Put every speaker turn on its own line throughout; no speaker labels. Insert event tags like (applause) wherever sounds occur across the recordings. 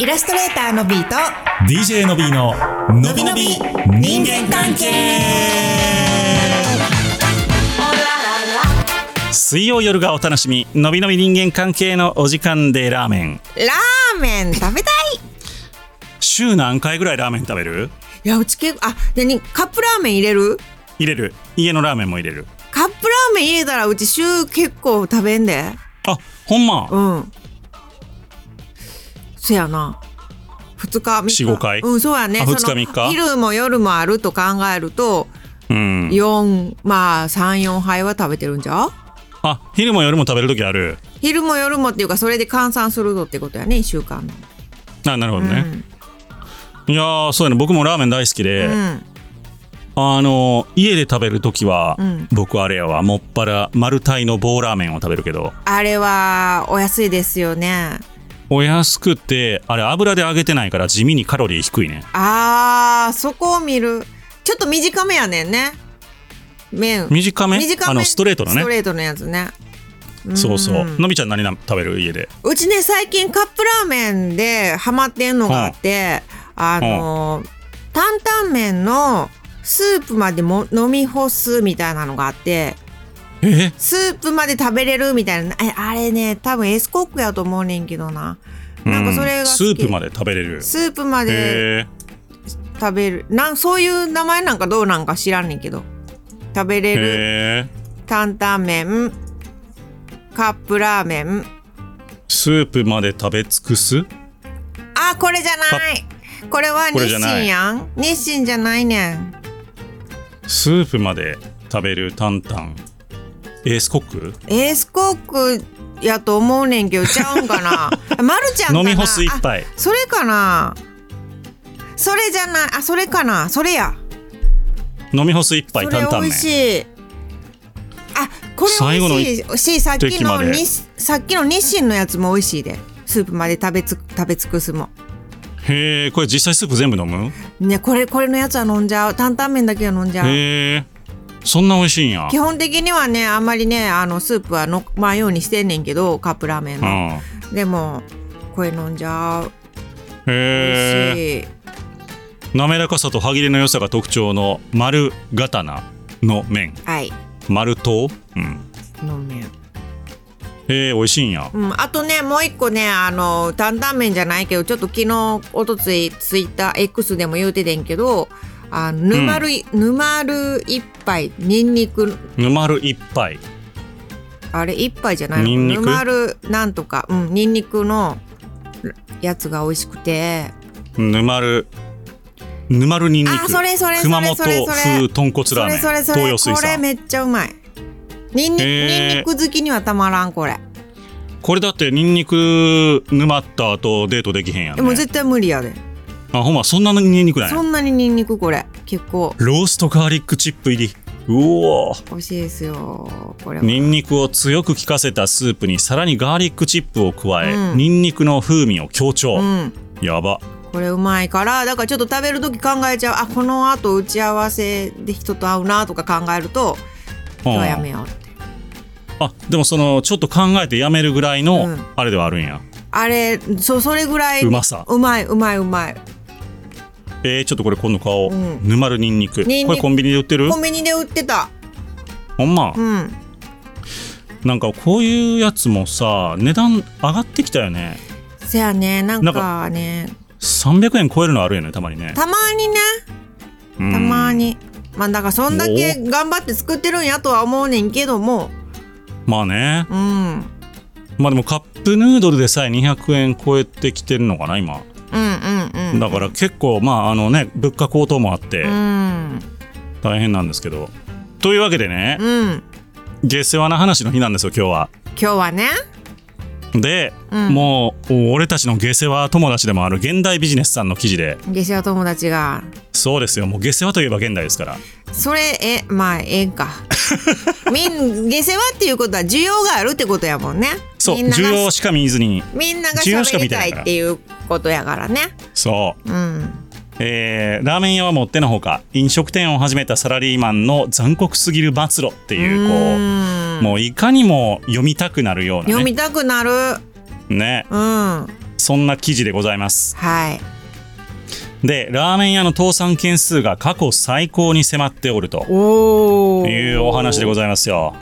イラストレーターのビーと
DJ の B ののびのび人間関係水曜夜がお楽しみのびのび人間関係のお時間でラーメン
ラーメン食べたい
週何回ぐらいラーメン食べる
いやうち結構あ何カップラーメン入れる
入れる家のラーメンも入れる
カップラーメン入れたらうち週結構食べんで
あほんま
うんせやな2日3日
4-5回
うんそうやね
あ
その
2日3日
昼も夜もあると考えると
うん
4まあ34杯は食べてるんじゃう
あ昼も夜も食べる時ある
昼も夜もっていうかそれで換算するぞってことやね1週間の
あなるほど
う
ね、
ん
いやーそうやね僕もラーメン大好きで、
うん
あの家で食べる時は、
うん
僕あれやわもっぱら丸太の棒ラーメンを食べるけど
あれはお安いですよね
お安くてあれ油で揚げてないから地味にカロリー低いね
あーそこを見るちょっと短めやねんね麺
短めあのストレートの
スト
ね
レートのやつね
そうそうんのびちゃん何な食べる家で
うちね最近カップラーメンでハマってんのがあって、あのー担々麺のスープまでも飲み干すみたいなのがあって
え
スープまで食べれるみたいなえあれね多分エスコックやと思うねんけどななんかそれが好き
スープまで食べれる
スープまで
へえ
食べるなんそういう名前なんかどうなんか知らんねんけど食べれる
へえ
担々麺カップラーメン
スープまで食べ尽くす
あこれじゃないこれは日
これじゃない
清やん日清じゃないねん
スープまで食べる担々エースコック
エースコックやと思うねんけどちゃうんか
(laughs)
なまるちゃんかな
飲み干す一杯
あそれかなそれじゃないあそれかなそれや
飲み干す一杯
それ
担々
美味
麺
しいあこれ
最後の
美味しいしさっき
滴
の
まで
日さっきの日清のやつも美味しいでスープまで食べつ食べ尽くすも
へえこれ実際スープ全部飲む
ねこれこれのやつは飲んじゃう担々麺だけは飲んじゃう
へえそんな美味しいんや
基本的にはねあんまりねあのスープはのまあようにしてんねんけどカップラーメン
う
の、
んへ
でもこれ飲んじゃう美味
え
しい
滑らかさと歯切れの良さが特徴の丸刀の麺
はい
丸刀うん
飲めよ
へえ美味しいんや
うん、あとねもう一個ねあの担々麺じゃないけどちょっと昨日おとついツイッター X でも言うててんけどあの沼るい、沼る一杯ニンニク
沼る一杯
あれ一杯じゃない
ニンニク
沼るなんとかうんニンニクのやつが美味しくて
沼る沼るにんに
あ
く
それそれそれ
熊本
それそれ
風豚骨
そ
ラー
れ
メン
それそれ
東洋水
これ
産
めっちゃうまいニンニク
へー
ニンニク好きにはたまらんこれ
これだってにんにく沼った後デートできへんやん、
でも
ね、
絶対無理やで
あほんまそんなにんにくない
そんなにニンニクこれ結構
ローストガーリックチップ入りうおー
美味しいですよこれは
にんにくを強く効かせたスープにさらにガーリックチップを加え、
うん
にんにくの風味を強調、
うん
やば
これうまいからだからちょっと食べる時考えちゃうあこのあと打ち合わせで人と会うなとか考えると
う
今
ん
日はやめようって
あでもそのちょっと考えてやめるぐらいの、
うん
あれではあるんや
あれそそれぐらいう
まさ
うまいうまいうまい
えー、ちょっとこれ今度買おう、
うん
沼るにんにく
にんにく
これコンビニで売ってる
コンビニで売ってた
ほんま、
うん
なんかこういうやつもさ値段上がってきたよね
せやねなん
なん
かね
300円超えるのあるよねたまにね
たまにね
うん
たまにまあだからそんだけ頑張って作ってるんやとは思うねんけども
まあね
うんうん
まあでもカップヌードルでさえ200円超えてきてるのかな今
うんうん
だから結構まああのね物価高騰もあって
うん
大変なんですけどというわけでね
うん
下世話な話の日なんですよ今日は
今日はね
で、
うん
もう俺たちの下世話友達でもある現代ビジネスさんの記事で
下世話友達が
そうですよもう下世話といえば現代ですから
それえまあええん
(laughs)
かみん下世話っていうことは需要があるってことやもんね
そう
みんな
需要
が
しか見ずに
みんなが
需要し
喋
か
り
見て
た
ないいから
っていうことやからね
そう
うん
えーラーメン屋はもってのほか飲食店を始めたサラリーマンの残酷すぎる末路っていうこう
うん
もういかにも読みたくなるような
読
ね
みたくなる
ね
うん
「そんな記事でございます。
はい。
で、ラーメン屋の倒産件数が過去最高に迫っておると
おお。
いうお話でございますよ。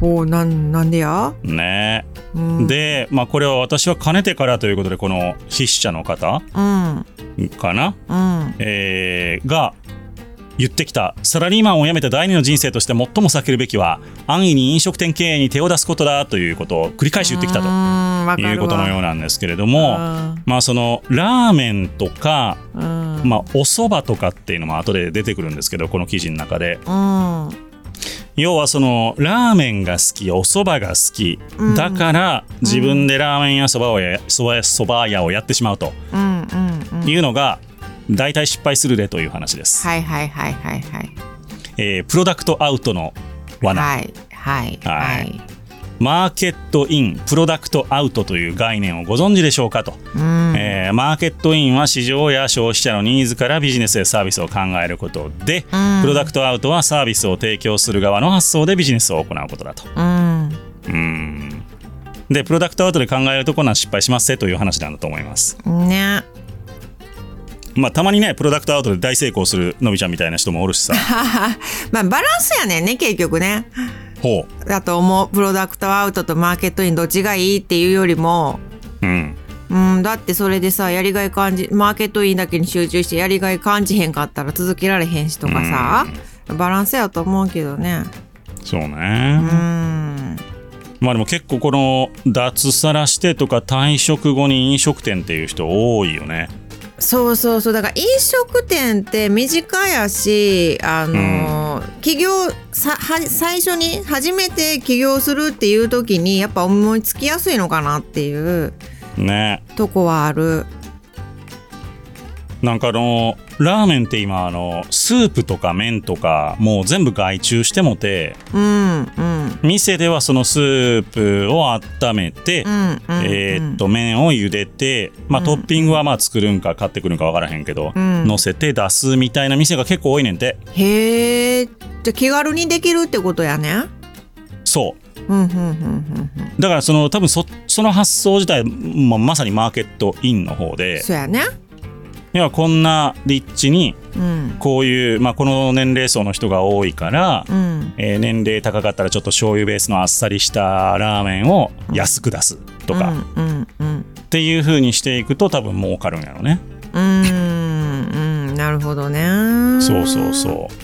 おお、なん、なんでや。
ね
うん、、
で、まあ、これは私はかねてからということで、この筆者の方
うん、うん、
かな、
あ
えーが言ってきたサラリーマンを辞めた第二の人生として最も避けるべきは安易に飲食店経営に手を出すことだということを繰り返し言ってきたと
と
いうことのよう
う
なんですけれどもまあそのラーメンとか、
なうん、
まあ、お蕎麦とかっていうのも後で出てくるんですけどこの記事の中で
あ、
要はそのラーメンが好きお蕎麦が好き
うん
だから自分でラーメンや蕎麦をや蕎麦や蕎麦屋をやってしまうと
うん、うん、うん、うん。
いうのが大体失敗するでという話です。
はい、はい、はい、はい、はい。
えープロダクトアウトの罠、
はい、はい、
は
はいい。
マーケットインプロダクトアウトという概念をご存知でしょうかと、
うん、
えーマーケットインは市場や消費者のニーズからビジネスやサービスを考えることで、
うん
プロダクトアウトはサービスを提供する側の発想でビジネスを行うことだと
うん、
うんでプロダクトアウトで考えるとこんなん失敗しますせという話なんだと思います
ね。
まあたまにねプロダクトアウトで大成功するのびちゃんみたいな人もおるしさ
(laughs) まあ、バランスやねんね、結局ね。
ほ
だと思う。プロダクトアウトとマーケットインどっちがいいっていうよりも。
ううん
うん、だってそれでさやりがい感じマーケットインだけに集中してやりがい感じへんかったら続けられへんしとかさバランスやと思うけどね
そうね
うん
まあでも結構この脱サラしてとか退職後に飲食店っていう人多いよね。
そうそうそうだから飲食店って短いやしあの、起業さは最初に初めて起業するっていう時にやっぱ思いつきやすいのかなっていう
ね。
とこはある
なんかあのラーメンって今あのスープとか麺とかもう全部外注してもて
うんうん
店ではそのスープを温めて、
うんうんうん
えーっと麺を茹でて、まあ、トッピングはまあ作るんか買ってくるんか分からへんけど、
うん
乗せて出すみたいな店が結構多いねんて
へえじゃあ気軽にできるってことやね
そう
うんうんうんうんうん
だからその多分そその発想自体、まあ、まさにマーケットインの方で
そうやね。
要はこんな立地に
うん。
こういう、まあ、この年齢層の人が多いから、
うん。
えー年齢高かったらちょっと醤油ベースのあっさりしたラーメンを安く出すとか、っ
うん。うん。
ていう風にしていくと多分儲かるんやろね。
うん。うん。うんなるほどね。
そうそうそう。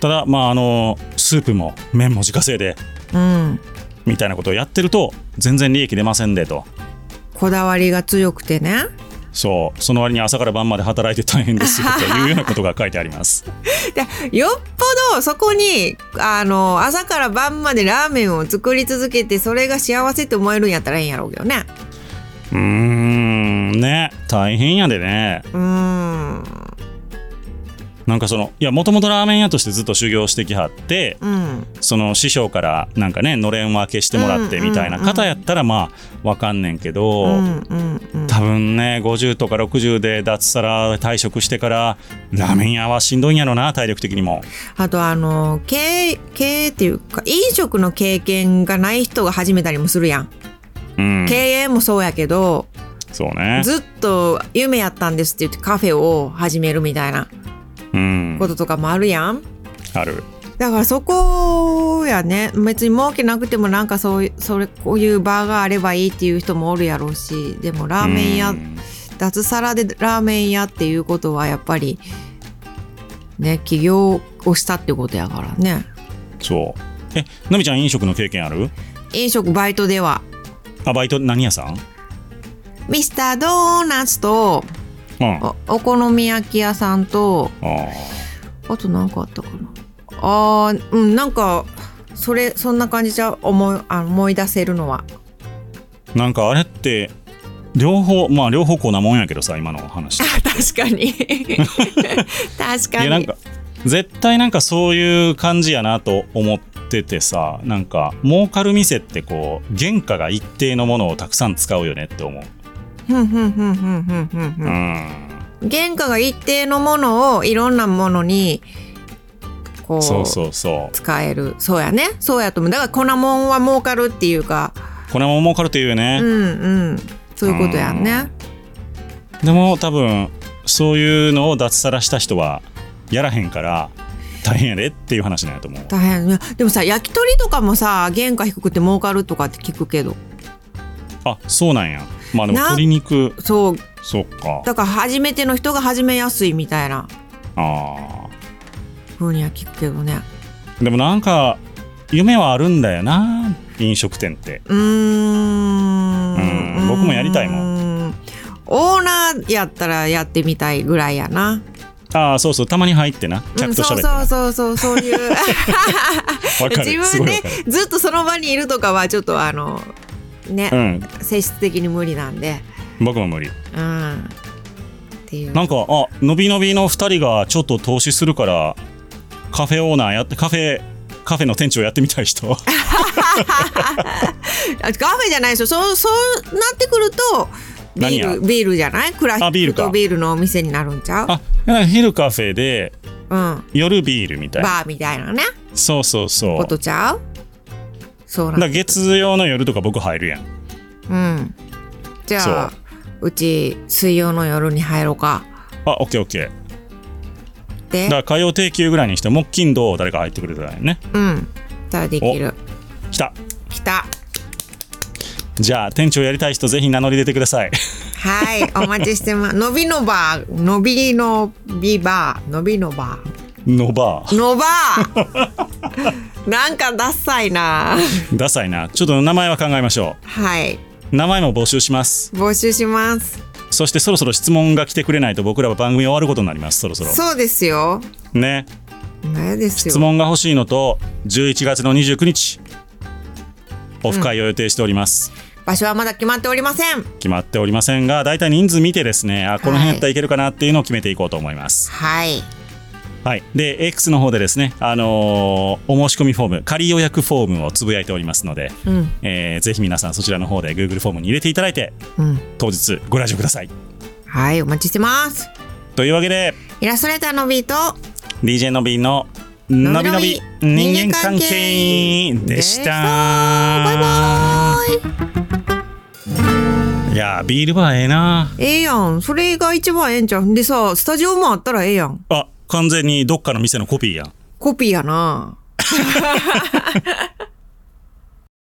ただまああのスープも麺も自家製で
う。うん。
みたいなことをやってると全然利益出ませんでと。
こだわりが強くてね。
そうその割に朝から晩まで働いて大変ですよというようなことが書いてあ
(laughs)
ります。
で、よっぽどそこに、あの、朝から晩までラーメンを作り続けて、それが幸せって思えるんやったらいいんやろうけどね。
うーんね大変やでね。
うん。
なんかそのいやもともとラーメン屋としてずっと修行してきはって
うん。
その師匠からなんかねのれん分けしてもらってみたいな
うんうんうん
方やったらまあわかんねんけ
う
ど、
ん。うん。うん。
多分ね50とか60で脱サラ退職してからラーメン屋はしんどいんやろな体力的にも
あと、あの、経営、経営っていうか、飲食の経験がない人が始めたりもするやん。
うん
経営もそうやけど、
そうね
ずっと夢やったんですって言ってカフェを始めるみたいな
うん
こととかもあるやん。
ある
だからそこやね別に儲けなくてもなんかそういうそれこういう場があればいいっていう人もおるやろうしでもラーメン屋
うん
脱サラでラーメン屋っていうことはやっぱりね起業をしたってことやからね
そうえのみちゃん飲食の経験ある
飲食バイトでは
あバイト何屋さん
ミスタードーナツと
うんあ
おお好み焼き屋さんと
ー
あと何かあったかなあーうんなんかそれそんな感じじゃ思いあ思い出せるのは (laughs)
なんかあれって両方まあ両方こうなもんやけどさ今の話
確か
(laughs)
に確か
いや
に
なんか絶対なんかそういう感じやなと思っててさなんか儲かる店ってこう原価が一定のものをたくさん使うよねって思う、
ふんふんふんふんふんふんふ
うんん、
原価が一定のものをいろんなものにこう
そうそうそ
使えるそうやねそうやと思うだから粉もんは儲かるっていうか
うこれも儲かるというよね
うんうんそういうことやんね
でも多分そういうのを脱サラした人はやらへんから大変やでっていう話なんやと思う
大変ねでもさ焼き鳥とかもさ原価低くて儲かるとかって聞くけど
あそうなんやまあでも
な
鶏肉
そう
そっか
だから初めての人が始めやすいみたいな
あ
風には聞くけどね
ーでもなんか夢はあるんだよな飲食店って
うーん
うん僕もやりたいも
んオーナーやったらやってみたいぐらいやな
ああそうそうたまに入ってな
う
客
ん
と喋
そう
ってな
そうそうそうそういう
(laughs)
(laughs)
わか
自
るすご
分
いわ
で
かる
ずっとその場にいるとかはちょっとあのね、
うん
性質的に無理なんで
僕も無理
うんっていう
なんかあのびのびの2人がちょっと投資するからカフェオーナーやってカフェカフェの店長やってみたい人
あカフェじゃないでしょそうそうなってくるとビ
何や
ールビールじゃないクラフ
あビールか
トビールのお店になるんちゃう
あ (laughs) なんか昼カフェで
うん
夜ビールみたいな
バーみたいなね
そうそうそう
ことちゃうそうな
だ
ん
から月曜の夜とか僕入るやん
うんじゃあ
そう
ち水曜の夜に入ろうか
あオッケーオッケー
で
だから火曜定休ぐらいにして木金土誰か入ってくれたらいいね
うんじゃあできる
来た
来た
じゃあ店長やりたい人ぜひ名乗り出てください (laughs)
はいお待ちしてますのびのバーのびのびバーのびのバ
のば
ーのばー
(laughs)
なんかダッサいな
ダサいなちょっと名前は考えましょ
はいう
名前も募集します
募集します
そしてそろそろ質問が来てくれないと僕らは番組終わることになりますそろそろ
そうですよ。
ね
ねですよ。
質問が欲しいのと11月の29日オフ会を予定しております、
場所はまだ決まっておりません。
決まっておりませんが大体人数見てですねあこの辺やったらいけるかなっていうのを決めていこうと思います
はい。
はい、で X の方でですね、あのーお申し込みフォーム仮予約フォームをつぶやいておりますので、
うん。
えーぜひ皆さんそちらの方で Google フォームに入れていただいて
うん。
当日ご来場ください
はい。お待ちしてます。
というわけで
イラストレーターのビート
DJ のびののびのび人間関係で
で
した
したバイバー
いやービールバーええな
イ。ええやん。それが一番ええんちゃうんでさ、スタジオもあったらええやん。
あ完全にどっかの店のコピーやん
コピーやな。